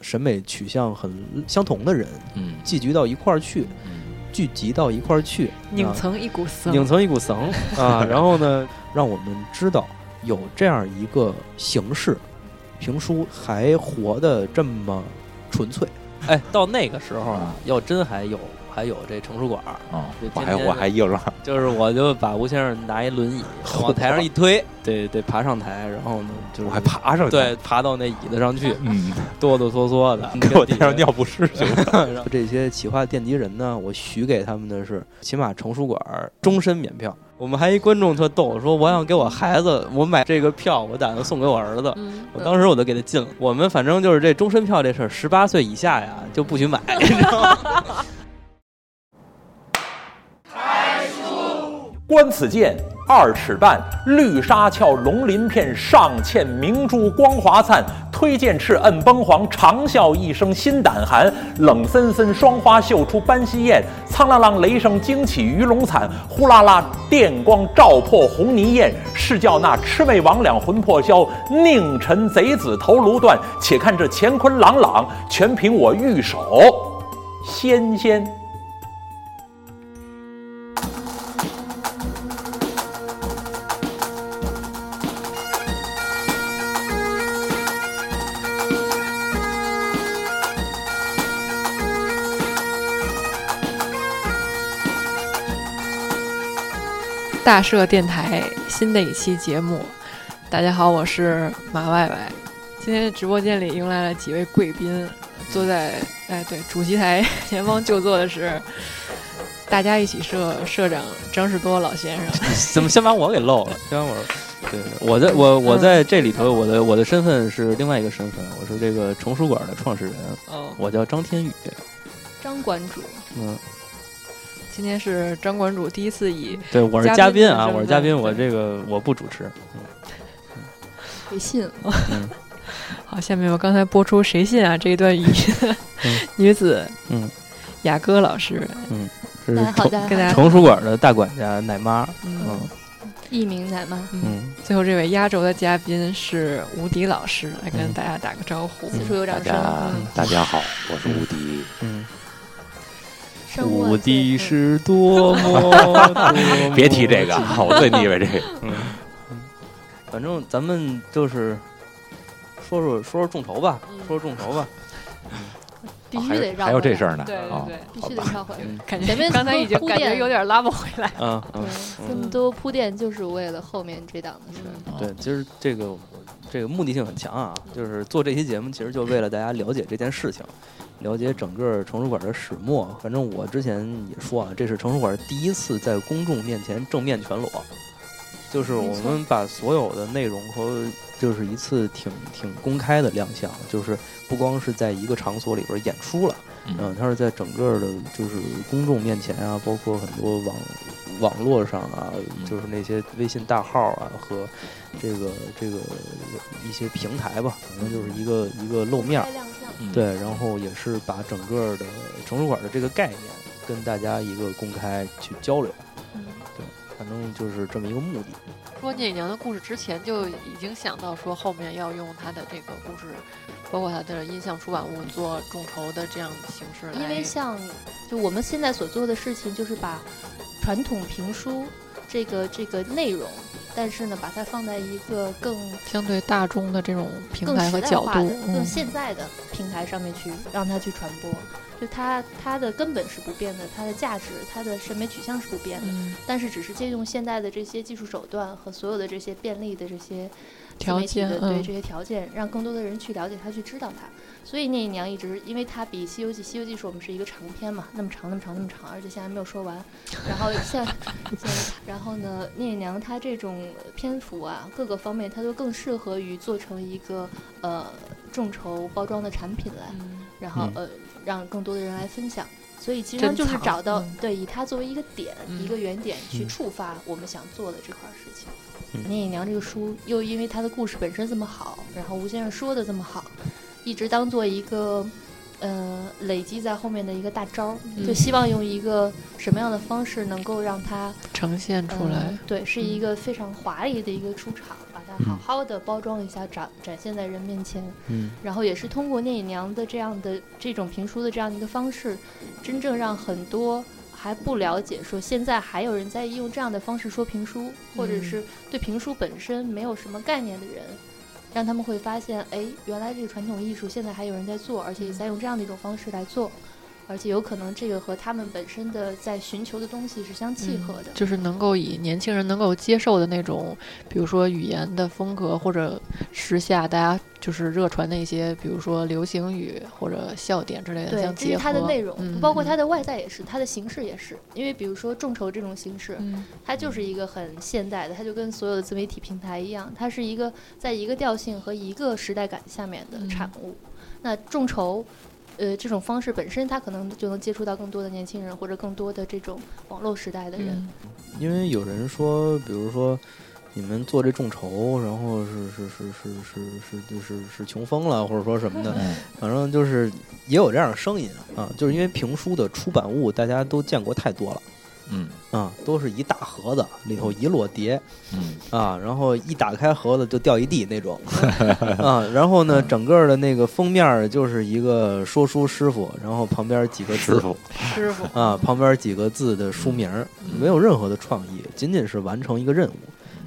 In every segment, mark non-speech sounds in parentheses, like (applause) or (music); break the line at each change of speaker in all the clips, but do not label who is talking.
审美取向很相同的人
嗯
聚集到一块儿去，
嗯
聚集到一块儿去，
拧
啊
成一股绳，
拧成一股绳 (laughs) 啊，然后呢，让我们知道有这样一个形式，评书还活得这么纯粹。哎，到那个时候啊，要真还有还有这成书馆儿，
啊
就，
我
天
还
天
我还硬了，
就是我就把吴先生拿一轮椅往台上一推，得得爬上台，然后呢，就是
我还爬上去，
对， (laughs) 爬到那椅子上去，
嗯，
哆哆嗦嗦的，
给我带
跟底下
上尿不湿行吗？
然后这些企划奠基人呢，我许给他们的是起码成书馆儿终身免票。 (laughs) 我们还一观众特逗，说我想给我孩子，我买这个票，我打算送给我儿子。
嗯，
我当时我就给他禁了。我们反正就是这终身票这事儿，十八岁以下呀就不许买，你知道吗？
观此剑，二尺半，绿纱鞘龙鳞片，上嵌明珠光华灿。推荐翅摁崩簧，长啸一声心胆寒。冷森森双花绣出斑犀雁，苍啷啷雷声惊起鱼龙惨。呼啦啦电光照破红泥焰，是叫那魑魅魍魉魂魄消，宁沉贼子头颅断。且看这乾坤朗朗，全凭我玉手纤纤。
大社电台新的一期节目，大家好，我是马外外。今天直播间里迎来了几位贵宾，坐在哎对主席台前方就坐的是大家一起社社长张士多老先
(laughs)
生。
怎么先把我给漏了？先把我。对，我在我我在这里头，我的我的身份是另外一个身份，我是这个成书馆的创始人，
哦，
我叫张天宇。
张馆主，
嗯，
今天是张馆主第一次以
对，我是嘉
嘉宾
宾啊，
身份
我是嘉宾，我
对
这个我不主持。
谁信？
好，下面我刚才播出谁信啊这一段语音，
嗯
(laughs) 女子
嗯
雅歌老师，
这
大
是
家好，
同
嗯大
跟大家
家好，
成书馆的大管家奶妈，
嗯
嗯
艺名奶妈，
嗯，
嗯，
最后这位压轴的嘉宾是吴迪老师，来跟大家打个招呼。
嗯
此处有
嗯
嗯
大
掌
家
声。
大家好，我是吴迪，
嗯，
生活
我的
最痛
是多么多 (laughs) 么
别提这个，
(laughs)
我最腻歪这个，
嗯，嗯反正咱们就是说说说说众筹吧，
嗯
说说众筹
(laughs)
吧，
必须
哦还
得
有
绕，
还有这事，儿呢
对对
啊
对，
必
好
须得
吧
绕回来。
嗯
感
前
觉
面
刚才已经
铺
感觉
垫
有点拉不回来。
嗯嗯，
对这么多铺垫就是为了后面这档子事
嗯
儿。
嗯对，其实这个我这个目的性很强啊，就是做这期节目，其实就为了大家了解这件事情，了解整个成书馆的始末。反正我之前也说啊，这是成书馆第一次在公众面前正面全裸，就是
没
我
错
们把所有的内容和就是一次挺挺公开的亮相，就是不光是在一个场所里边演出了，
啊
嗯，它是在整个的，就是公众面前啊，包括很多网网络上啊，就是那些微信大号啊和这个这个一些平台吧，反正就是一个一个露面儿。
亮相，
嗯，
对，然后也是把整个的成熟馆的这个概念跟大家一个公开去交流，
嗯
反正就是这么一个目的。
说聂隐娘的故事之前就已经想到说后面要用她的这个故事，包括她的音像出版物做众筹的这样的形式来，
因为像就我们现在所做的事情，就是把传统评书这个这个内容，但是呢，把它放在一个更
(laughs) 相对大众的这种平
更
台和
时代
角
化
度嗯
的、，更现在的平台上面去让它去传播。就它它的根本是不变的，它的价值、它的审美取向是不变的，
嗯，
但是只是借用现在的这些技术手段和所有的这些便利的这些自
条
媒体
件
的对
嗯
这些条件，让更多的人去了解它、去知道它。所以聂隐娘一直，因为它比《西游记》，《西游记》是我们是一个长篇嘛，那么长、那么长、那么长，而且现在还没有说完。然后现在 (laughs) 现在，然后呢，聂隐娘她这种篇幅啊，各个方面它都更适合于做成一个呃众筹包装的产品来。
嗯
然后
嗯、
呃，让更多的人来分享。所以其实
珍
它就是
藏
找到、
嗯
对，以它作为一个点、一
嗯
个原点去
嗯
触发我们想做的这块儿事情。
嗯
聂隐娘这个书又因为她的故事本身这么好，然后吴先生说的这么好，一直当做一个。呃，累积在后面的一个大招儿，就
嗯
希望用一个什么样的方式能够让它
呈现出来
呃，对，是一
嗯
个非常华丽的一个出场，把它它好好的包装一下，展展现在人面前。
嗯
然后也是通过聂隐娘的这样的这种评书的这样一个方式，真正让很多还不了解说现在还有人在用这样的方式说评书，或者
嗯
是对评书本身没有什么概念的人，让他们会发现，哎，原来这个传统艺术现在还有人在做，
嗯
而且也在用这样的一种方式来做。而且有可能这个和他们本身的在寻求的东西是相契合的，
嗯
嗯
就是能够以年轻人能够接受的那种，比如说语言的风格，或者时下大家就是热传的一些，比如说流行语或者笑点之类的，
对
嗯相，
这
结
是
合。
它的内容，
嗯
包括它
嗯
的外在也是，它的形式也是。因为比如说众筹这种形式，
嗯
它就是一个很现代的，它就跟所有的自媒体平台一样，它是一个在一个调性和一个时代感下面的产物。那众筹，呃，这种方式本身，它可能就能接触到更多的年轻人，或者更多的这种网络时代的人。
嗯
因为有人说，比如说你们做这众筹，然后是是是是是是就是是穷疯了，或者说什么的，
嗯
反正就是也有这样的声音啊，就是因为评书的出版物大家都见过太多了。
嗯
啊，都是一大盒子，里头一摞碟
嗯
啊，然后一打开盒子就掉一地那种啊，然后呢，整个的那个封面儿就是一个说书师傅，然后旁边几个
师
字
傅
嗯
(laughs)
师傅
啊，旁边几个字的书名儿，没有任何的创意，仅仅是完成一个任务，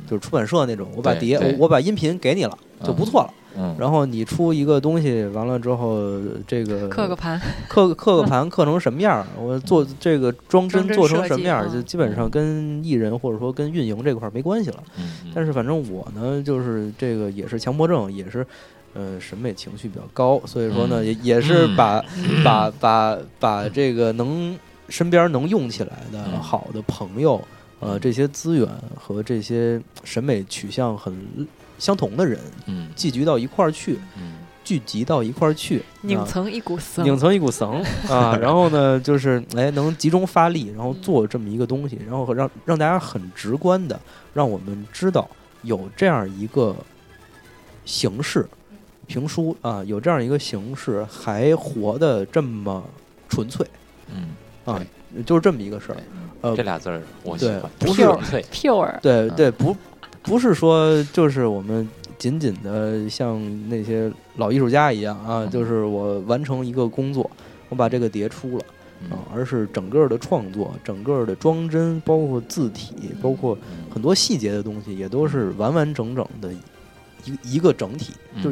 就是出版社那种，我把
对
碟，
对
我我把音频给你了就不错了，
嗯，
然后你出一个东西，完了之后这个
刻个盘，
刻刻个盘刻成什么样儿，我做这个装帧
装帧
做成
设
什么
计
样儿，
嗯
就基本上跟艺人或者说跟运营这块儿没关系了。
嗯
但是反正我呢，就是这个也是强迫症，也是。呃，审美情绪比较高，所以说呢，
嗯
也也是
嗯
把、把把把这个能身边能用起来的
嗯
好的朋友，呃，这些资源和这些审美取向很相同的人
嗯
聚集到一块儿去，
嗯
聚集到一块儿去，
拧
啊
成一股绳，
拧成一股绳啊，然后呢，就是哎，能集中发力，然后做这么一个东西，然后让让大家很直观的让我们知道有这样一个形式，评书啊，有这样一个形式还活得这么纯粹，
嗯，
就是这么一个事儿。呃
这，俩字儿我喜
对
欢，，
不是
pure，
对
嗯
对，不不是说就是我们仅仅的像那些老艺术家一样啊，就是我完成一个工作，我把这个碟出了
嗯
啊，而是整个的创作、整个的装帧，包括字体，包括
嗯
很多细节的东西，也都是完完整整的一一个整体。
嗯
就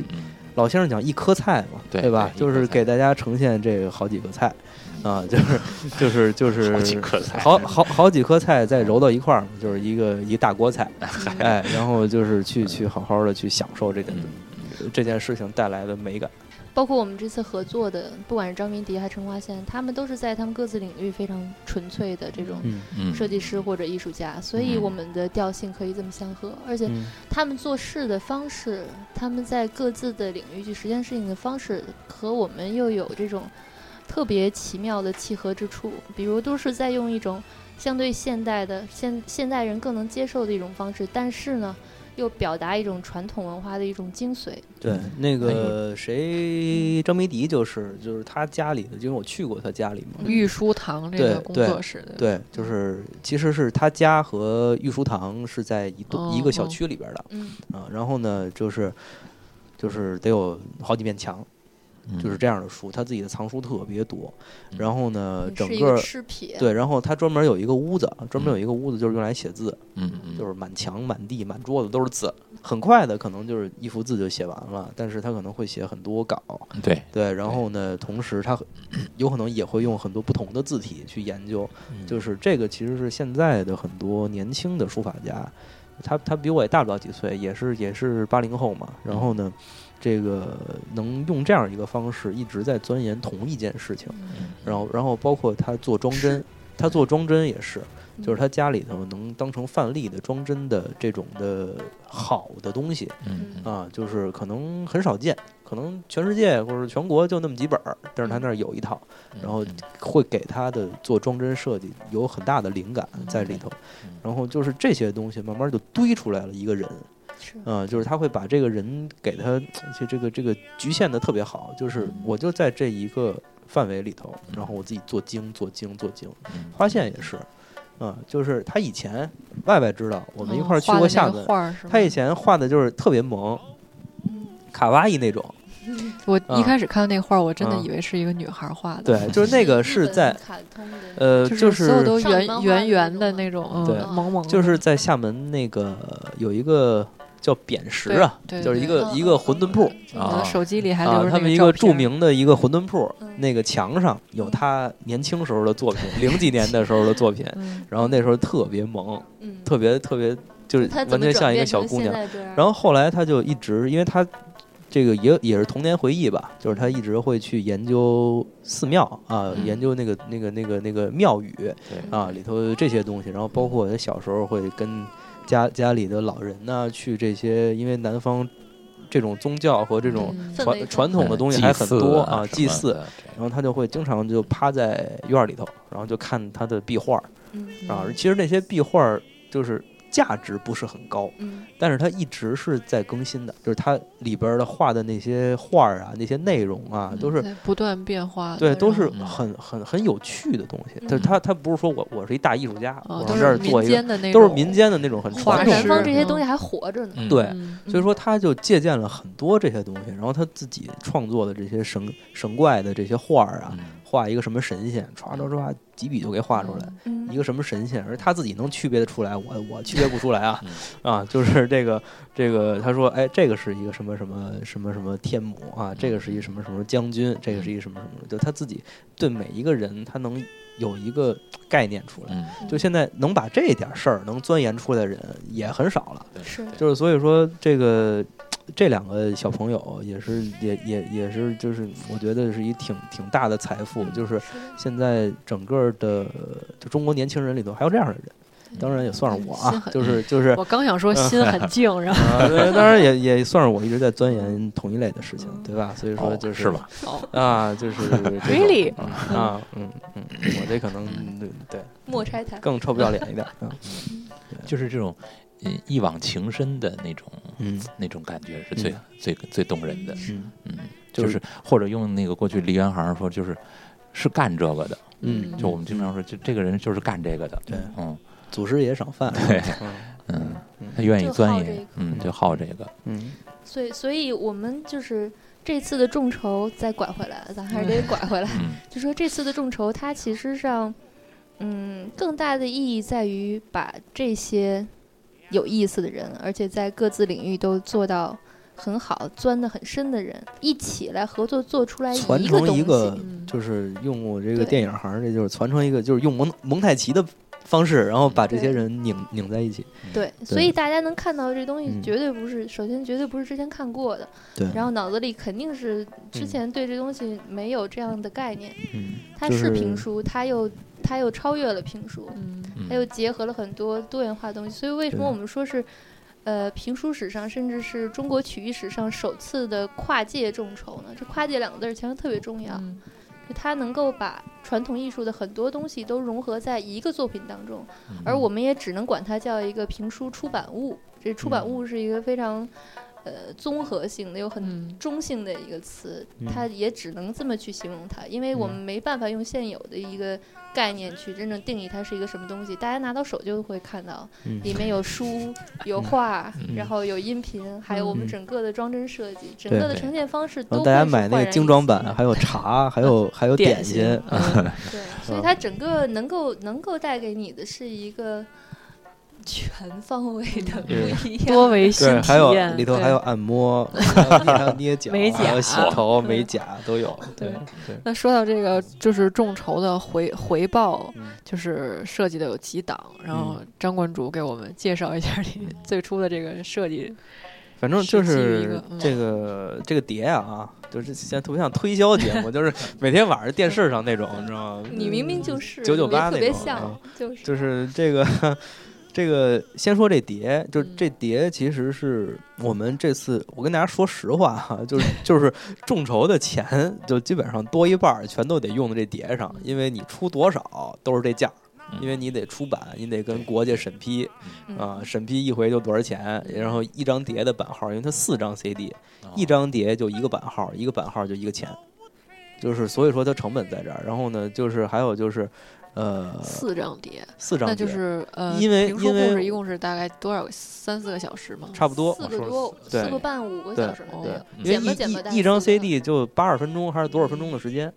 老先生讲一颗菜嘛，
对
吧？
对
就
一
是
颗菜
给大家呈现这个好几个菜啊，就是就是就是
好几颗菜，
好好好几颗菜再揉到一块儿，就是一个一大锅
(laughs)
菜，哎，然后就是去去好好的去享受这件
嗯
嗯
这件事情带来的美感。
包括我们这次合作的，不管是张明迪还是陈花仙，他们都是在他们各自领域非常纯粹的这种
嗯
嗯
设计师或者艺术家，所以
嗯
我们的调性可以这么相合，而且
嗯
他们做事的方式，他们在各自的领域去实现事情的方式，和我们又有这种特别奇妙的契合之处。比如，都是在用一种相对现代的现现代人更能接受的一种方式，但是呢，又表达一种传统文化的一种精髓。
对，那个谁，张梅迪就是就是他家里的，因为我去过他家里
嗯
嘛。
御书堂这个
对
工
对
作室，吧，
对，就是其实是他家和御书堂是在一栋、
哦
一个小区里边的
嗯，
啊。然后呢，就是就是得有好几面墙，
嗯
就是这样的书，他自己的藏书特别多。然后呢，呃整
嗯是一
个
个吃品。
对，然后他专门有一个屋子，专门有一个屋子就是用来写字，
嗯
就是满墙、满地、满桌子都是字。很快的，可能就是一幅字就写完了，但是他可能会写很多稿，
对，
对。然后呢，同时他很 (clears throat) 有可能也会用很多不同的字体去研究，
嗯
就是这个其实是现在的很多年轻的书法家，他他比我也大不了几岁，也是也是八零后嘛。然后呢，这个能用这样一个方式一直在钻研同一件事情。
嗯
然后然后包括他做装帧，他做装帧也是，就是他家里头能当成范例的装帧的这种的好的东西
嗯
啊，就是可能很少见，可能全世界或者全国就那么几本儿，但是
嗯
他那儿有一套，然后会给他的做装帧设计有很大的灵感在里头
嗯，
然后就是这些东西慢慢就堆出来了一个人，
是
嗯、就是他会把这个人给他就这个这个局限的特别好，就是我就在
嗯
这一个范围里头，然后我自己做精做精做精。花县也是，嗯，就是他以前外外知道，我们一块儿去
嗯哦画
过
的那
厦
个
门，
画儿是吗嗯
他以前画的就是特别萌，卡哇伊那种。
我
啊
一开始看到那画儿，我真的
嗯
以为是一个女孩儿画的， (laughs)
对，就是那个
日
是
本
在
卡通的
呃，
就
是
是所有都
少女漫
圆
画
圆圆的
的
那
那
种，
对
嗯，萌萌的，
就是在厦门那个有一个叫扁食啊，
对对
就是一
对
个
嗯
一个馄饨铺
我
嗯
啊
的手机里还留
啊
着，
他们
那
一
个
个
照
著
片
名的一个馄饨铺，
嗯
那个墙上有他年轻时候的
(laughs)
作品，零几年的时候的作品，
嗯，
然后那时候特别萌，
嗯，
特别特别就是
他怎
完
么
全
转
像一个
变
小
成
姑
现
娘。
在这样？
然后后来他就一直，因为他这个也也是童年回忆吧，就是他一直会去研究寺庙啊，
嗯
研究那个那个那个那个庙宇
对
啊里头这些东西，然后包括他小时候会跟家家里的老人呐、去这些，因为南方这种宗教和这种
嗯
氛
传
围更
传统的东西
祭
还很
祀
多
啊
啊，
什
祭
么
祀。
的这
然后他就会经常就趴在院儿里头，然后就看他的壁画儿
嗯
啊。其实那些壁画儿就是价值不是很高，
嗯
但是它一直是在更新的，就是它里边儿的画的那些画儿啊，那些内容啊，都是
对不断变化的，
对，
然
都是
后
嗯
很很很有趣的东西。
嗯
就是它它不是说我我是一大艺术家，
啊
我
都
上这
是
儿
民
做一个，
间的那
都是
种
民，间的那种很
画
传
嗯南
统嗯
方这
的。
些东西还活着呢。
嗯
对，
嗯
所以说他就借鉴了很多这些东西，然后他自己创作的这些神神怪的这些画儿啊，
嗯
画一个什么神仙，歘歘歘几笔就给画出来。
嗯
一个什么神仙，而他自己能区别得出来，我我区别不出来啊
嗯
(laughs) 啊，就是这个这个，他说，哎，这个是一个什么什么什么什么天母啊，这个是一个什么什么将军，这个是一个什么什么，就他自己对每一个人，他能有一个概念出来。
嗯，
就现在能把这点事儿能钻研出来的人也很少了，
对
是
对
就是所以说这个。这两个小朋友也是，也也也是，就是我觉得是一挺挺大的财富，就是
是的
现在整个的就中国年轻人里头还有这样的人，当然也算是我
嗯心
啊，
很
就是就是
我刚
(laughs)
想说
嗯
心很静，然后
啊，对当然也也算是我一直在钻研同一类的事情，对吧？所以说
哦
就是
吧？
啊，就是
(laughs)
这种
Really？
啊，嗯嗯，我这可能对对
莫拆台，
更臭不要脸一点，嗯
就是这种嗯一往情深的那种
嗯
那种感觉是最最最动人的，
嗯
嗯，
就
就是或者用那个过去梨园行说就是。是干这个的，
嗯，
就我们经常说，就这个人就是干这个的，
对
嗯
祖师爷赏饭，
(laughs) 对
嗯
嗯，
嗯
(laughs) 他愿意
就
钻
好这一
研
口，
嗯，就好这个，
嗯，
所以所以我们就是这次的众筹再拐回来，咱还是得拐回来。
嗯
就说这次的众筹，它其实上，嗯，更大的意义在于把这些有意思的人，而且在各自领域都做到很好、钻得很深的人，一起来合作做出来一
传
个
承
东
一
西。
个
嗯
就是用我这个
对
电影行，这就是传承一个，就是用蒙蒙太奇的方式，然后把这些人拧拧在一起。
对，所以大家能看到这东西
嗯，
绝对不是、首先绝对不是之前看过的，
对，
然后脑子里肯定是之
嗯
前对这东西没有这样的概念。
嗯，
它
就是
评书，它又它又超越了评书，
嗯
嗯
它又结合了很多多元化的东西。所以为什么
对
我们说是，呃，评书史上甚至是中国曲艺史上首次的跨界众筹呢？这“跨界”两个字儿其实特别重要，
嗯
就它能够把传统艺术的很多东西都融合在一个作品当中，
嗯
而
嗯
我们也只能管它叫一个评书出版物。这出
嗯
版物是一个非常。呃，综合性的有很
嗯
中性的一个词，
嗯
它也只能这么去形容它，因为我们没办法用现有的一个概念去真正定义它是一个什么东西。大家拿到手就会看到，
嗯
里面有书、有画，
嗯
然后有音频，还有我们
嗯
整个的装帧设计，整个的
对
呈现方式
然
都
后
会
大家
是
买那
焕
个
然
精
一
装
新
版，
的
(laughs) 还有茶，还有还有点
心
心，啊
嗯
对，所以它整个能够能够带给你的是一个全方位的不
嗯
一样。
多维新
(laughs) 对，还
体
有
验，
里头
对
还有按 (laughs) 摩，还有捏 (laughs) 脚，啊
美
还有
甲
洗头、美甲都有。对对，
那说到这个，就是众筹的回回报
嗯，
就是设计的有几档，然后张馆主给我们介绍一下你最初的这个设计。
反正就是
基于一
是
个嗯
这个这个碟啊，就是现在特别像推销节目，就是每天晚上电视上那种，你知道吗？
你明明就是
998
你明明特别
那种
像
啊，
就是
就是这个，这个先说这碟，就
嗯
这碟其实是我们这次，我跟大家说实话哈，就是就是众筹的钱就基本上多一半儿全都得用在这碟上，因为你出多少都是这价儿。
嗯
因为你得出版，你得跟国家审批
嗯
啊、审批一回就多少钱，
嗯
然后一张碟的版号，因为它四张 CD，
哦
一张碟就一个版号，一个版号就一个钱，就是所以说它成本在这儿。然后呢，就是还有就是，呃，
四张碟，
四张
那
碟，
就是呃，
因为
评
因
书
为
故事一共是大概多少三四个小时吗？
差不多。
四
我
个
说了
多，
对
四个半五个小时了
对
得有，
因
嗯
剪吧
为
剪吧
一
大概
一一张
四个
CD 就八十分钟还是多少分钟的时间，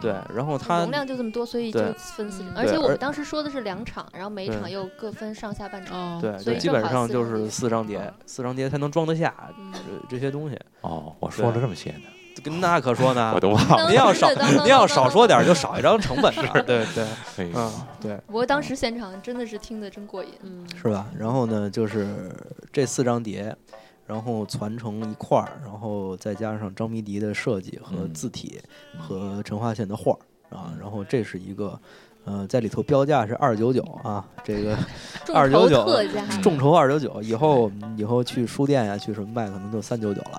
对，然后它
容量就这么多，所以就
对
分四
嗯
而且
对
我
而
们当时说的是两场，然后每一
对
场又各分上下半场。
哦，
对，
所
就
以
基
正
本
好
上
四
就
张嗯碟
是四张碟，四张碟才能装得下
嗯
这这些东西。
哦，我说了这么些呢，
跟那可说呢
啊我，都忘了。
您要少
当当
您要
当
少
当
说点儿
当
就少一张成本了，
(laughs)
对对，
哎呦
嗯对，
不过当时现场真的是听得真过瘾，
嗯，
是吧？然后呢，就是这四张碟，然后攒成一块儿，然后再加上张迷笛的设计和
嗯
字体
嗯
和陈化宪的画儿啊，然后这是一个。呃，在里头标价是二九九啊，这个
众
299
筹特价，
嗯
众筹二九九，以后以后去书店呀、去什么卖，可能就三九九了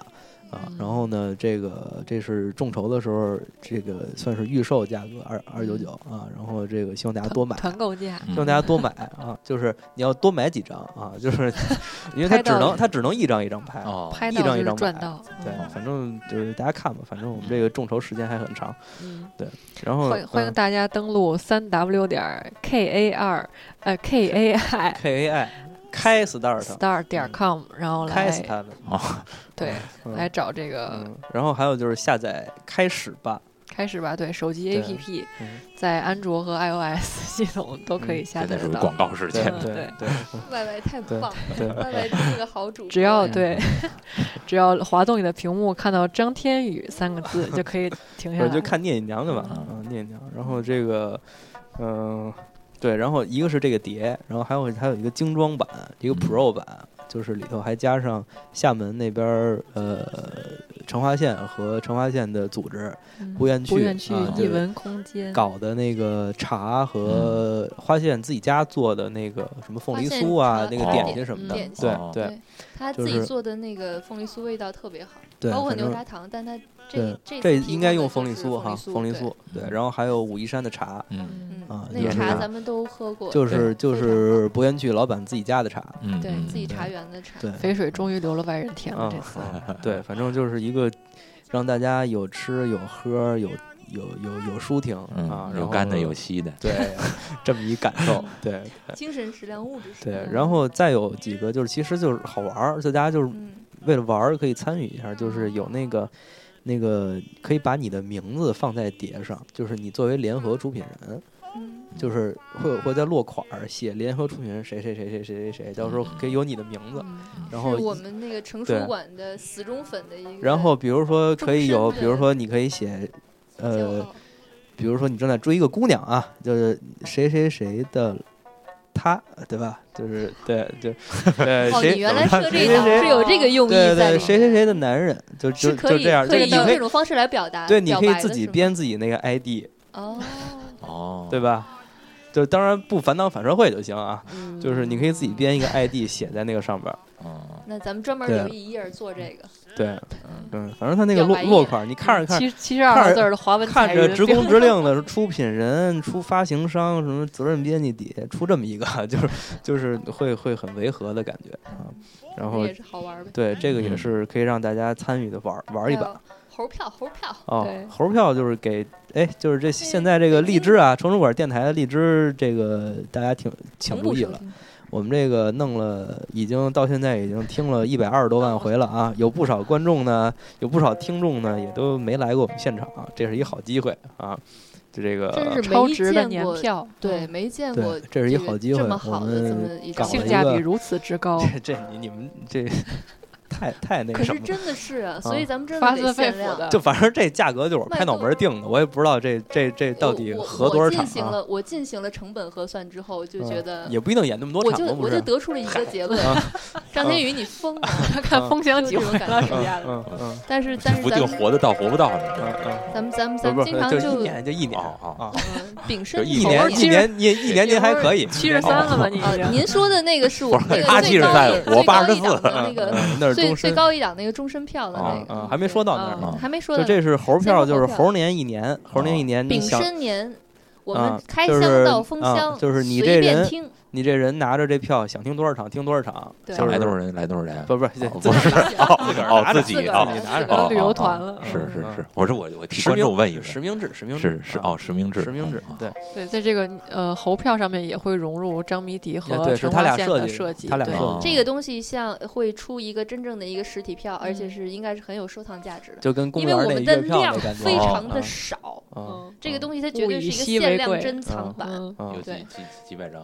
啊。
嗯
然后呢，这个这是众筹的时候，这个算是预售价格二二九九啊。然后这个希望大家多买，
嗯团嗯购价，
嗯
希望大家多买啊，就是你要多买几张啊，就是
(laughs)
因为它
拍
只
到
能它只能一张一张拍，
哦，
拍
一
到
张
就
一张
是赚
买
到，
对
嗯，
反正就是大家看吧，反正我们这个众筹时间还很长，
嗯。
然后
欢迎欢迎
嗯
大家登录三 w 点儿 k a r 呃 k a i
K A I 开 start
(laughs)
嗯
star 点儿 com，然后
开
来
死他们，
对
嗯
来找这个
嗯，然后还有就是下载开始吧，
开始吧，对手机
对
APP
嗯
在安卓和 iOS
(laughs)
系统都可以下
现
载
在
得
属于
到
广，告时
对
间
嗯，
对
对
对
外外太棒了，
对
外外真是个好主播呀，
只要
嗯
对， (laughs) 只要滑动你的屏幕看到“张天宇”三个字就可以停下
我
来
就。看聂隐娘就完了，嗯，聂隐娘。然后这个，嗯、对，然后一个是这个碟，然后还有还有一个精装版，一个
嗯
Pro 版，就是里头还加上厦门那边儿呃成华县和成华县的组织
嗯
不愿去
不愿去
啊
艺
对
文空间，
搞的那个茶和花县自己家做的那个什么凤梨酥啊
花，
那
县
个
茶
点心什么的，
点心
对
哦
对
对他
就
自己
是
做的那个凤梨酥味道特别好，
对，
包括
反正
牛轧糖，但他
对
这，这
这
次提
应
供
该
的
用
就
凤梨
是
酥哈，凤
哦凤
梨
对
酥，对，然后还有武夷山的茶，
嗯
嗯
啊
嗯，那个
就是
茶咱们都喝过，
就
对
是就
非常
是博源区老板自己家的茶，
嗯，
对
嗯
自己
对
茶园的茶，
对，
肥水终于流了外人田了。
啊
这次，
对，反正就是一个让大家有吃有喝有有有有舒婷
嗯
啊，然
有
后
干的有稀的， (laughs)
对这么一感受，对
精神食粮、物质食
对
粮，。
然后再有几个就是其实就是好玩儿，就大家就是
嗯，
为了玩儿可以参与一下，就是有那个。那个可以把你的名字放在碟上，就是你作为联合出品人，
嗯
就是会有会在落款儿写联合出品人谁谁谁谁谁谁谁，到时
嗯
候可以有你的名字，然后
嗯是我们那个成
对
熟馆的死忠粉的一个，
然后比如说可以有，
终身的
比如说你可以写，
骄
呃
傲，
比如说你正在追一个姑娘啊，就是谁谁谁的她，对吧？就是对
(laughs)
对对
哦，
呃谁
你原来设这一档
谁
是有这个用意
对
在
对
里
谁
面，
谁谁的男人，就就是
可
就
以
这样，就
可
是
以
你
用
可
这
以
种方式来表达，
对，你
表
可以
白
自
的
己
是吗
编自己那个 ID，
哦，
哦，
对吧？就当然不反党反社会就行啊，
嗯
就是你可以自己编一个 ID 写在那个上边儿，
嗯，
那咱们专门
对
留一页儿做这个，
对，
嗯
嗯，反正他那个
表
落
白页嗯
落款儿，你看着看着
七七十二
看
个
着
字儿的华文
看
彩
着
云
职工指令的出品人、出发行商、什么责任编辑底下出这么一个， (laughs) 就是就是会会很违和的感觉啊。然
这
后
也是好玩儿呗。
对这个也
嗯
是可以让大家参与的玩玩一
还
把
有猴票，猴票，
啊
嗯对。
猴票就是给哎，就是这现在这个荔枝啊，城中馆电台的荔枝，这个大家挺请
同
注
步
意
收
了。
听
我们这个弄了，已经到现在已经听了一百二十多万回了
哦
啊！有不少观众呢，有不少听众呢，也都没来过我们现场，啊这是一好机会啊！就这个
真是
超
没
值的
见
年
过，
票，
对，没
嗯
见
对
过，
这是一好机
这
会
么好
我
的
们
这么一
搞
张
了
性
一
价
个
比如此
(laughs)
之高，
这这你你们这 (laughs) 太太那
可
个什
是
么了，
真的是啊，所以咱们真
发
的
自
得
肺
限
腑
量。
的。
就反正这价格就是我
卖
拍脑
够
门儿定的，我也不知道这这这到底
我我
合多少场
我进行
啊？
了，我进行了成本核算之后，我就
嗯
觉得，
也不一定演那么多
我
场
就
了，不啊
我
是
就？得出了一个结论： (laughs) 张天宇，你疯了！
他
啊
看风箱
(laughs) 就
几
这
回
种感
了，
觉啊
暑假的。
嗯嗯
但是但是
不
咱
定
们
活得到活不到呢，
嗯嗯，
咱们咱们咱
不
们
是
经
不
常
是，就一
就
年就一年
哦哦
啊，
嗯秉
就
身
一
一
口
年
而
一年一一年您还可以，
(laughs)
哦
七十三了吧？你已
啊，
经
您说的那个
(laughs)
是我们那个
他
最高
73我
一最高一档的那
嗯
个
嗯那是
最
终
最
身
高一档那个终身票的那
啊
个，
啊，还没说到那儿呢
嗯，还没说
就
到
这是猴票，
先
就
说
是
猴票
猴年一年，猴年一年，你
丙
想
申年，我
啊
们开
就
箱
是
到封
啊
箱，
就是你
随
这
便
人
听，
你这人拿着这票，想听多少场听多少场，
对
就
想来
是
多少人来多少人。
不 (laughs) 不是
哦
自
不是
己
哦哦
拿着
自
自
己
个
啊
儿，
你拿着
自个儿
哦
旅游团了
哦哦
是是
嗯
是，我说我我替
实
观
名
众问一
实
问，
名制，实名制
是是
啊
哦，实名制，
实名制
哦，
对，
对，在这个呃猴票上面也会融入张迷笛
也
和
对，是
陈
他
华
俩
宪
设
的
计
设计，
的，他俩
对
设
对
计的
哦
这个东西像会出一个真正的一个实体票，而且
嗯
是应该是很有收藏价值的，
就跟公
因为
园那
我们
月票
量
的感觉，
非
哦
常
啊
的少。
啊
嗯
这个
嗯
东西它绝
物
对
以
是一
稀
个限
为
量
贵
珍藏版，
嗯，
啊
有几
对
几几百张？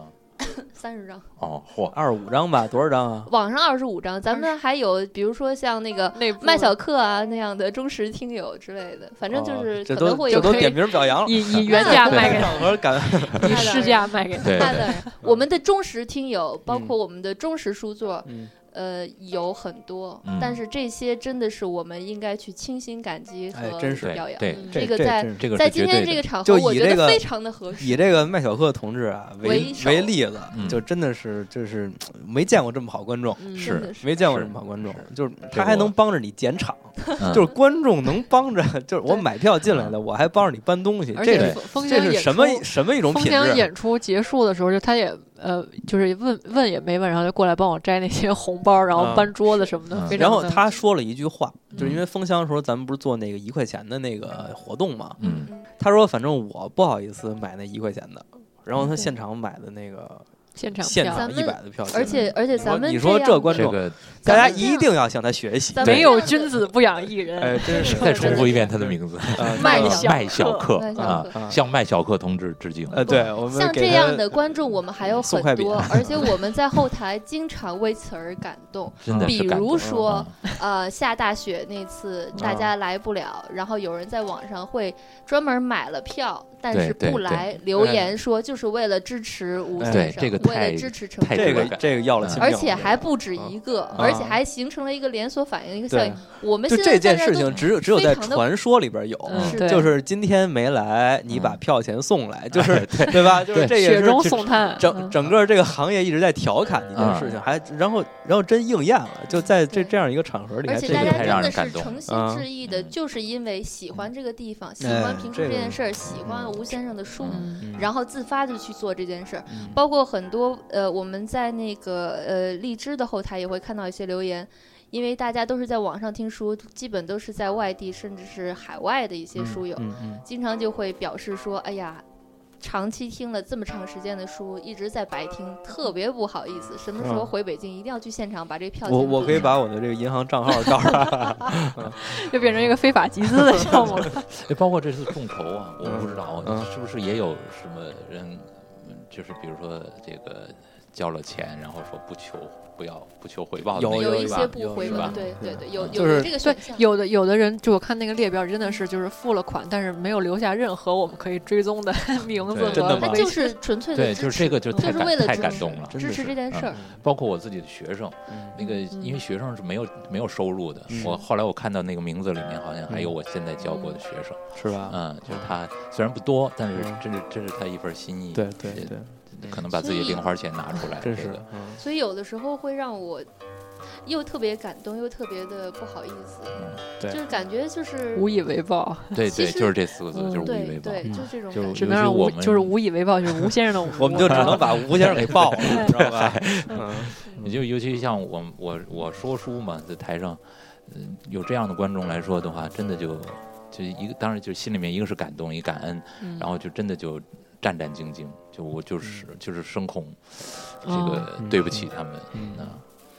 三十张，
哦，嚯，
二十五张吧，多少张啊？
网上二十五张，咱们还有比如说像那个
内部
麦小克啊那样的忠实听友之类的，反正就
哦
是
这
可
都
能会
这
有
都
可以
点名表扬了，
以
(laughs)
以原价
对
卖给
场合感
以市价卖给他。
对对
那当然，我们的忠实听友，包括我们的忠实书作，
嗯
呃，有很多
嗯，
但是这些真的是我们应该去倾心感激
哎
和
真是
表扬。
对
嗯
这
这
个
这
在
真是
这个
在
是
今
绝
天
对
这个
的，
场
就
合，我
以
觉
这
得
个
非常的合
以
适。
这个麦小克同志啊为
为首
为例子，
嗯
就真的是就是没见过这么好观众，
嗯
是
真的是
没见过
是
这么好观众，
是
就是
这
他还
我
能帮着你剪场，
嗯
就是观众能帮着，就是我
对
买票进来了，我还帮着你搬东西，
而
这
且
是
风风
这
箱
是
演
什么
出
什么一种
风
品
箱
质？啊
演出结束的时候，就他也呃，就是问问也没问，然后就过来帮我摘那些 (laughs) 红包，然后
嗯
搬桌子什么的。
嗯
非常
然后
的
他说了一句话，就是因
嗯
为封箱的时候咱们不是做那个一块钱的那个活动嘛，
嗯
他说反正我不好意思买那一块钱的，然后他现场买的那个
现场
现
票
场
咱
一
们
百的票进来，
而且而且
嗯你说
咱们
你说
样
这
的
观
这
众
个
大家
咱们这
一
样
定要向他学习。
咱们
没有君子不养艺人。
哎，真是
再重复一遍他的名字，嗯
啊
麦
啊
小
麦小克
麦小
啊
克，
啊
向麦小克同志致敬。
呃，对，我们
像
给
这
他
样的观众，我们还有
送
很
块饼
多，而且我们在后台经常为此而感动。
真的
比
是感动
如说，
嗯
呃，下大雪那次
啊
大家来不了，然后有人在网上会专门买了票，但
对
是
对
不
对
来，留
哎
言说就是为了支持吴
哎
先
对
生，
这个
为
太
了支持陈
太
佩
这
斯
个这个要了
嗯
性命，
而且
我觉
还
得
不止一个，
啊
而且还形成了一个连锁反应，一个效
对
应。，我们
就
现
这
在
件
大家
事
都
情只有只有在
非常地
传说里边有。
嗯
嗯，对，
就是今天没来，你把
嗯
票钱送
(laughs)
来，
哎
就是对吧？就是
对
这也
雪
是
中
这
送炭。嗯
整
嗯
整个这个行业一直在调侃这件事情，
嗯
还然后然后真应验了，就在这
对
这样一个场合里，
而
还
且
这
大
个
家
太让
真
人
的
感
是
动
诚
了
心
啊
致意的，
嗯
就是因为喜欢这个地方，喜
哎
欢评书
这
这
个
件事儿，喜欢吴先生的书，
嗯
嗯
然后自发的去做这件事儿。
嗯
包括很多呃，我们在那个呃荔枝的后台也会看到一些留言，因为大家都是在网上听书，基本都是在外地甚至是海外的一些书友，
嗯嗯
经常就会表示说：“哎呀，长期听了这么长时间的书，一直在白听，特别不好意思。什么时候
嗯
回北京，一定要去现场把这票
嗯
先
我
订了。”
我可以把我的这个银行账号告诉
(laughs)
他，嗯
就变成一个非法集资的项
(laughs)
目了。
哎包括这次众筹啊，我不知道
嗯
是不是也有什么人，嗯就是比如说这个交了钱，然后说不求不要不求回报的
有
那
有
种
一
是
些
吧
不回
是
报
吧，
对对对，有
嗯就
有
是
有这
对
个选项，
有的有的人，就我看那个列表，真的是就是付了款，但是没有留下任何我们可以追踪的 (laughs) 名字
对
和
真的吗
它
有
微
就
信
是纯粹的
对，就是这个就
就
太
是
感
为了
太
支
感
持
动了。
真
支
的
持
是嗯
这件事儿。
包括我自己的学生，那个
嗯
因为学生是没有没有收入的
嗯，
我后来我看到那个名字里面好像还有我现在教过的学生，
是吧？
嗯，就是他虽然不多，但是
嗯
这是这是他一份心意，
对对对，
可能把自己的零花钱拿出来，
真
这
是
个，
嗯
所以有的时候会让我又特别感动，又特别的不好意思，
嗯，
对
就是感觉就是
无以为报，
对
其
对，
实
就是这四个字，
嗯
就是无以
对
为报。
对，
嗯
就这种
就
感
是
觉。
只能让
尤其
无
我们
就是无以为报，就是吴先生的无。
我们就只能把吴先生给爆了，你知道吧？嗯
你就尤其像我我我说书嘛，在台上，嗯、有这样的观众来说的话，真的就就一个，当然就心里面一个是感动，一个感恩，
嗯
然后就真的就战战兢兢，就我就是就是声控，这个
嗯
对不起他们啊、
嗯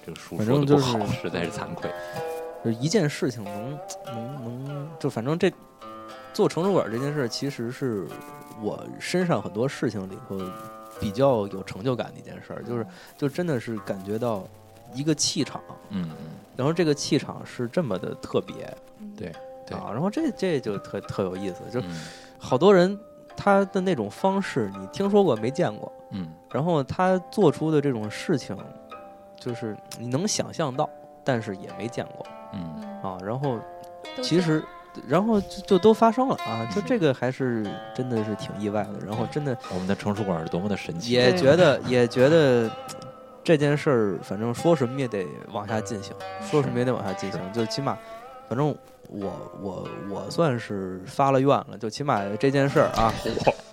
这个书
反
说的
正就
不好，
是
实在是
(laughs)
惭愧。
就是一件事情能能能，就反正这做成书馆这件事，其实是我身上很多事情里头比较有成就感的一件事儿，就是就真的是感觉到一个气场，
嗯嗯，
然后这个气场是这么的特别
嗯
对对
啊，然后这这就特特有意思，就
嗯
好多人他的那种方式你听说过没见过，
嗯
然后他做出的这种事情，就是你能想象到，但是也没见过
嗯
嗯
啊，然后
都
其
这样
实，然后就就都发生了啊，就
嗯
这个还是真的是挺意外的。然后真的
我们的成书馆是多么的神奇，啊
也
对
觉得也觉得这件事儿，反正说什么也得往下进行，说什么也得往下进行，就起码，反正。我我我算是发了愿了，就起码这件事儿啊，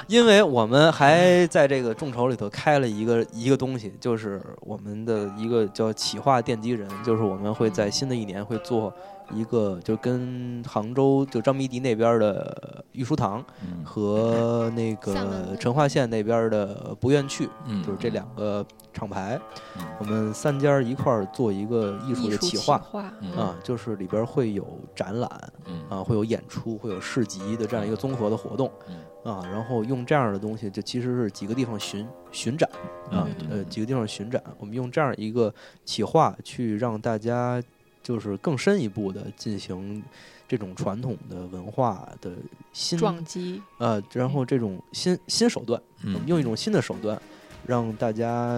因为我们还在这个众筹里头开了一个一个东西，就是我们的一个叫企划奠基人，就是我们会在新的一年会做一个，就跟杭州就张迷笛那边的御书堂
嗯
和那
厦门
个
的
成化县那边的不愿去，
嗯，
就是这两个厂牌，
嗯，
我们三家一块儿做一个艺术的企划。
嗯
啊，就是里边会有展览
嗯嗯
啊，会有演出，会有市集的这样一个综合的活动。
嗯
啊，然后用这样的东西，就其实是几个地方巡巡展啊，
嗯
呃，几个地方巡展，我们用这样一个企划去让大家就是更深一步的进行这种传统的文化的新
撞
(laughs)
击，
呃，然后这种新新手段，我
嗯
们用一种新的手段让大家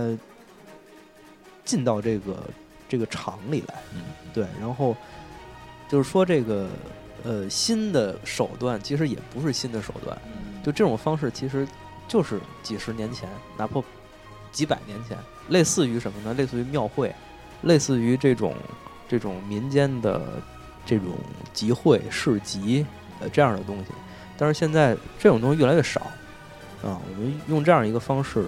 进到这个这个场里来。
嗯
对，然后就是说这个呃新的手段其实也不是新的手段，就这种方式其实就是几十年前，哪怕几百年前，类似于什么呢？类似于庙会，类似于这种这种民间的这种集会、市集呃这样的东西，但是现在这种东西越来越少啊，我们用这样一个方式。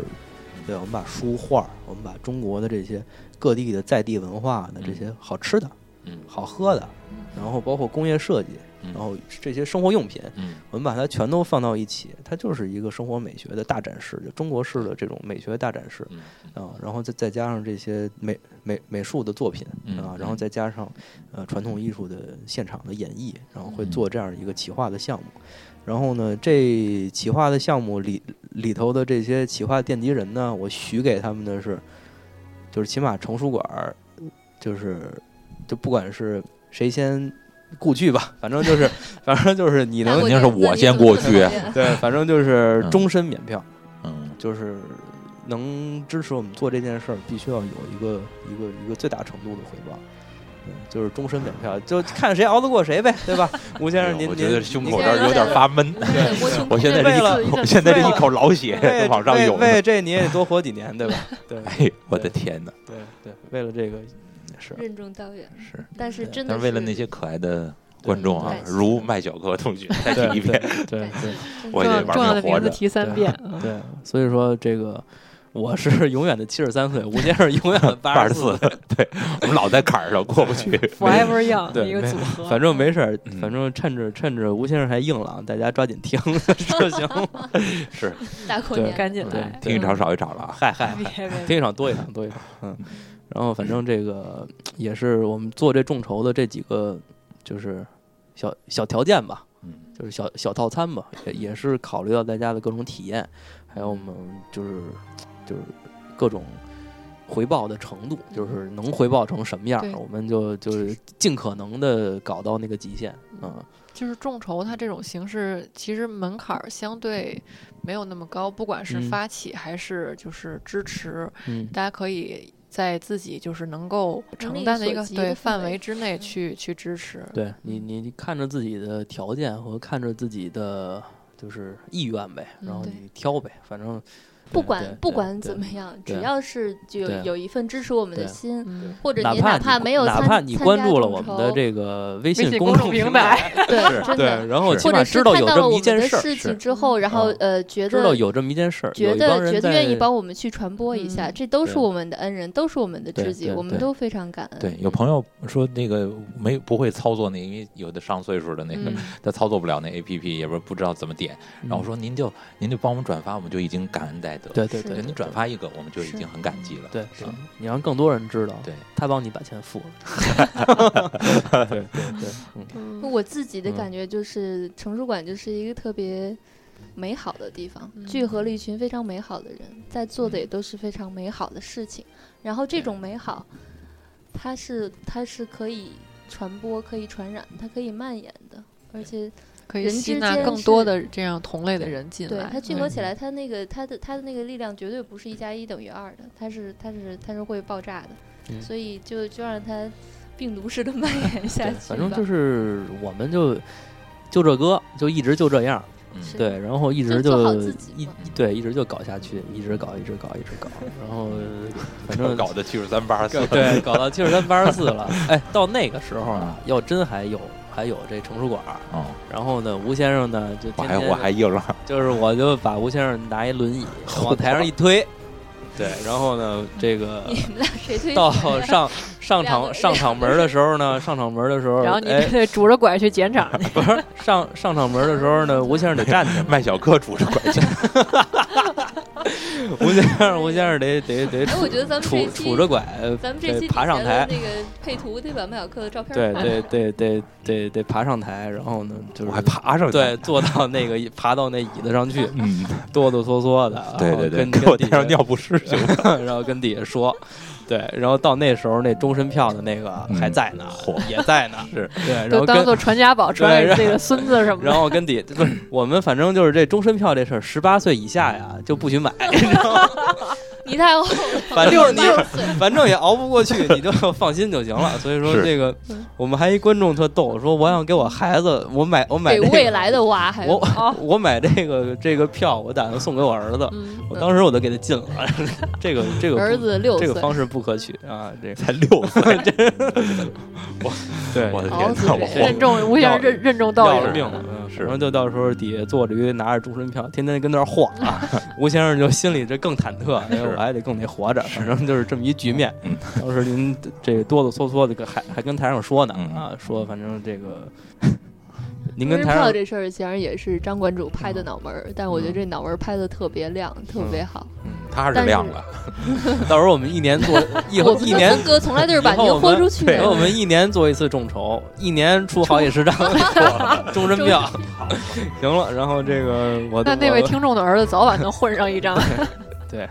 对，我们把书画，我们把中国的这些各地的在地文化的这些好吃的、
嗯
好喝的，然后包括工业设计，
嗯
然后这些生活用品，
嗯
我们把它全都放到一起，它就是一个生活美学的大展示，就中国式的这种美学大展示
嗯
啊，然后再再加上这些美美美术的作品
嗯
啊，然后再加上呃传统艺术的现场的演绎，然后会
嗯
做这样一个企划的项目。然后呢，这企划的项目里里头的这些企划奠基人呢，我许给他们的是，就是起码成书馆儿，就是就不管是谁先故去吧，反正就是反正就是你能
肯定是我先过去
(laughs)
对，反正就是
嗯
终身免票，
嗯
就是能支持我们做这件事儿，必须要有一个一个一个最大程度的回报。对，就是终身免票，就看谁熬得过谁呗，对吧？吴先生，您
哎我
您
觉得胸口
您
这儿 (laughs) 有点
(laughs)
发闷，我现在这一
为
口，我现在这一口老血
为
往上涌。
为为这你也多活几年，对吧？对
(laughs) 哎，我的天哪！
对对，为了这个是 (laughs)
任重道远。
是，
但是真的
但
是
是为了那些可爱的观众啊
对，对
如麦小哥同学， (laughs) 再
对
提一遍，
对对对
(laughs)
我也得
重
玩
重要
命
的
活
名字
着。
提三遍
(laughs)
啊！
对，所以说这个我是永远的七十三岁，吴先生永远的
(laughs) 八十
十
四，对我们老在坎儿上过不去。
Forever Young
对
一个组合，
反正没事儿
嗯，
反正趁着趁着吴先生还硬朗，大家抓紧
(laughs)
听就行。
是，
大过
对
年
赶紧
对
来，
听一场少一场了啊。
嗨嗨，
(laughs) 别别别
听一场多一场多一场，嗯。然后反正这个也是我们做这众筹的这几个就是小小条件吧，
嗯
就是小小套餐吧，也也是考虑到大家的各种体验，还有我们就是就是各种回报的程度，就是能回报成什么样
对，
我们就就是尽可能的搞到那个极限，嗯。
就是众筹，它这种形式其实门槛儿相对没有那么高，不管是
嗯
发起还是就是支持，
嗯
大家可以在自己就是能够
能
承
力
担的一
所
个
及
对
的
范
范
围
围
之内
嗯
去去支持。
对你，你你看着自己的条件和看着自己的就是意愿呗，
嗯
然后
对
你挑呗，反正
不
对对
管不
对
管
对
怎么样，
对
只要是就有
对
有一份支持我们的
对
心，
嗯，
或者
哪
你哪
怕
没有
哪
参
怕你
参
关
加
注了
众
我们
筹
的这个微
微信
公
公众平
平
台，
(laughs) 对真的，
对，然后
是
起
或
码
者是
知道
看
有
到
这
了
么
我
一件
们的
事儿，
事情之后，然后
嗯
呃觉
知道
得
有这么一件事儿，
觉
有一帮
得
人
觉得
在
愿意帮我们去传播一下，
嗯
这都是
对
我们的恩人，都是我们的
对
知己，
对
我们
对
都非常感恩。
对，有朋友说那个没不会操作那，因为有的上岁数的那个
嗯
他操作不了那 A P P，也不是不知道怎么
嗯
点。然后我说您就您就帮我们转发，我们就已经感恩戴德。
对对
是
对，
对，
对
您转。发一个，我们就已
是
经很感激了。
对，是
嗯
你让更多人知道，
对，
他帮你把钱付了。
(laughs)
对对对，嗯，
我自己的
嗯
感觉就是，成书馆就是一个特别美好的地方，
嗯
聚合了一群非常美好的人，在做
嗯
的也都是非常美好的事情。然后这种美好，它是它是可以传播、可以传染、它可以蔓延的，而且
可以
人
吸
之
纳
间
更
是
多的这样同类的人进
对
来。
它聚
嗯
合起来，它那个它的它的那个力量绝对不是一加一等于二的，它是它是它是会爆炸的，
嗯
所以就就让它病毒式
(laughs)
的蔓延下
对，
去吧。
反正就是我们就就这歌，就一直就这样，
嗯
是
对，然后一直
就做好
就
自己
一
嘛
对一直就搞下去，一直搞，一直搞，一直搞，然
(laughs)
后反
这
正
(laughs) 搞得七十三八四， (laughs) 啊
对搞到七十三八十四了。哎，到那个时候啊，要真还有还有这成书馆儿。
哦，
然后呢，吴先生呢就
我
天
还
天
我还硬了，
就是我就把吴先生拿一轮
(laughs)
椅往台上一推，对，然后呢，这个
你们俩谁
(laughs)
(laughs)
推
到
谁呀
上上
两个
场上场门儿的时候呢，上场门儿的时候，
然后你
哎，
得拄着拐去
(laughs)
捡场 (laughs) 去，
不是上上场门儿的时候呢，吴先生得
(laughs)
站起来，
卖小哥拄着拐杖，
吴先生吴先生得得得
哎，我觉得咱们这
杵
期
杵着拐，
咱们这
得
期
爬上
底下
台
的，那个配图得把麦小克的照片
对
放上
对对对对得爬上台，然后呢就是
我还爬上去。
对，坐到那个爬到那椅子上
(laughs)
去， (laughs)
嗯，
哆哆嗦嗦的，
对对对，
哦然后跟
(laughs) 给我带
跟底
上
下 (laughs)
尿不湿去。
然后跟底下说，对，然后到那时候那终身票的那个还在呢，也在呢，
嗯 (laughs) 是
对，然
都
后
当
(laughs) 跟
做传家宝传
对
给
然
自己的孙子什么
然
的。
后跟底不是我们反正就是这终身票这事儿，十八岁以下呀就不许
(laughs)
买， (laughs)
你太后
反正你
岁，
反正也熬不过去，你
(laughs)
就放心就行了。所以说
是
这个
嗯
我们还一观众特逗，说我想给我孩子，我买我买
给
这
未
个。
来的娃还
我
哦
(laughs) 我买这个这个票，我打算送给我儿子。
嗯，
我当时我都给他禁了，这个这个不
儿子六
这
岁
个，方式不可取啊！这个
(laughs) 才六岁，
(laughs) 对
我的
熬
天
死
呐，我
谁
任
慌，
重吴先生任任重道
要了
远，
命了，嗯，
是
然后就到时候底下坐着一拿着终身票，天天跟那儿晃啊。吴先生就心里这更忐忑，因为我还得更得活着，反正就是这么一局面
嗯。
当时您这个哆哆嗦嗦的跟，还还跟台上说呢
嗯
啊，说反正这个您
不
跟
是
台
票
上嗯
这事儿其实也是张馆主拍的脑门儿，但我觉得这脑门儿拍的特别亮，特别好。
嗯
他是亮了，
到时候我们一年做一
我们
一
的
年
风。格哦从来就是把
以后
您
我
豁
们
出去
对，我们一年做一次众筹，一年出好几十张终身票，行了。然后这个我
那那
我
位听众的儿子早晚能混上一张，
对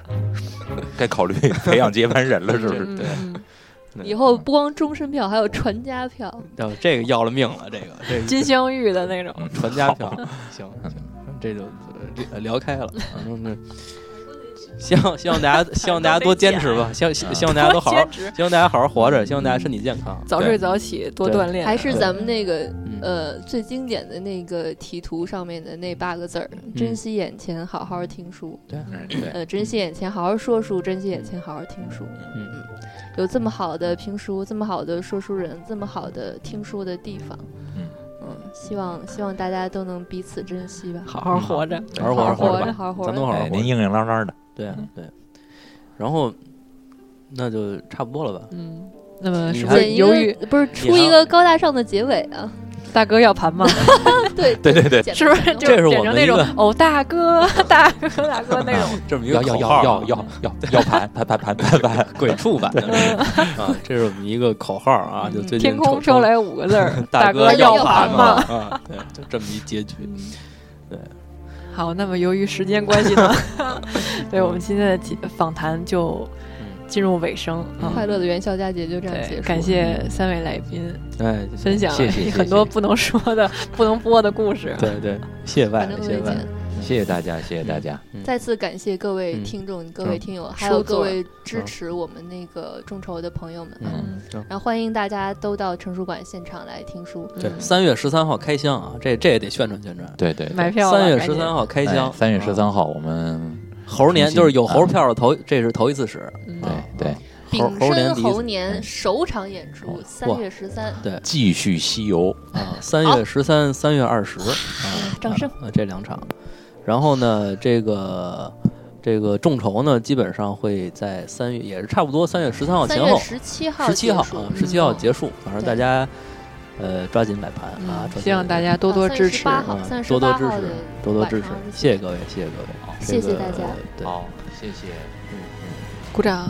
该考虑培养接班人了，是不是？
(laughs)
嗯
对
嗯
以后不光终身票，还有传家票。
哦这个要了命了，这个这个
金镶玉的那种。
嗯
传家票，行行，这就呃聊聊开了，反正这希望希望大家希望大家多坚持吧，希望希 (laughs) 望大家都好好
多， (laughs) 嗯兼职
希望大家好好活着，希望大家身体健康。
早睡早起，多
对
锻炼，
还是咱们那个
嗯
呃最经典的那个题图上面的那八个字儿：珍惜眼前，好好听书。
嗯对，
呃，珍惜眼前，好好说书；珍惜眼前，好好听书。
嗯
嗯，有这么好的评书，这么好的说书人，这么好的听书的地方。
嗯
嗯，希望希望大家都能彼此珍惜吧。
好好活着。
对
嗯好好活
好活
着
着，
吧，
好好活
咱
着
都。好好
哎
活
您
着。
硬硬朗朗的，
对啊对，然后那就差不多了吧。
嗯，那么是
你
不
还
是
剪一
由于
个不是出一个高大上的结尾啊？ (laughs)
大哥要盘吗？
对
对对对，
剪吧
是不是
剪吧
就
这是我
剪
们
成那
一
种
个
哦大哥 (laughs) 大哥大哥那种？
这么一
要
个
要
口
要
号啊，
要要要要盘盘盘盘盘盘，
鬼畜版的 (laughs) 啊，这是我们一个口号啊，就 (laughs) 最近
天空
抽，
飘来五个字儿
(laughs) 大
哥
要
盘
盘
嘛
吗？
啊，对，就这么一结局。
嗯好，那么由于时间关系
(laughs)
呢，对我们今天的节访谈就
嗯
进入尾声啊。
快乐的元宵佳节就这样结
对，
束。
感谢三位来宾
哎，
分享
谢谢谢谢
很多不能说的、不能播的故事。啊
对对，谢
反
外
正都
谢
没
外
剪。。
谢谢大家，谢谢大家，
再次感谢各位
嗯
听众、各位听友，还
书
有各
作
位支持我们那个众筹的朋友们。
嗯，
然后欢迎大家都到成书馆现场来听书。
对，三月十三号开箱啊，这这也得宣传宣传。
对对，对哎
嗯买票了
三月
赶
十
紧
三号开箱，
三月
啊
十，三号我们
猴年
重新
就是有猴票的头，这是头一次使。
嗯
啊
啊对对，
猴猴
丙
年
申
第一
猴
次
年首场演出，
嗯哇
三月十三，
继续西游，
啊，三月十三、三月二十啊，
哦掌声
啊，这两场。然后呢，这个这个众筹呢，基本上会在三月，也是差不多三月十三号
三
前
月
后，
十七号
十
结
七号
束，
啊，
嗯
十七号结束。反正
对
大家呃抓紧买盘啊
嗯，
抓紧
希望大家多
啊
多支
38
持。
号
嗯
38
多多支
号
持
的
多多支持
晚上，
谢谢各位，谢谢各位，啊
谢谢
这个
大家
对。
好，谢谢。，
鼓掌。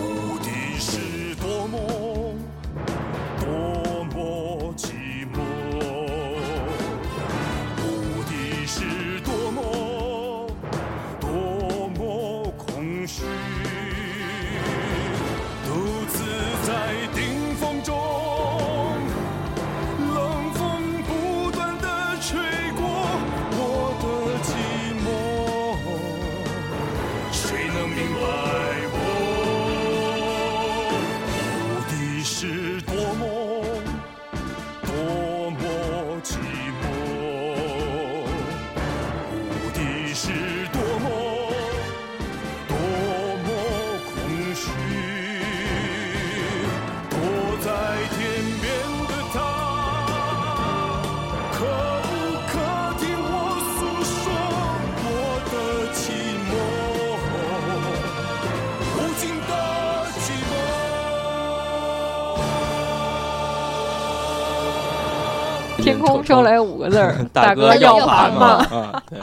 无敌是多么多么寂寞，无敌是多么多么空虚，独
天空飘来五个字儿大
大哥
要
要
盘
盘
(laughs)
吗？
啊，对，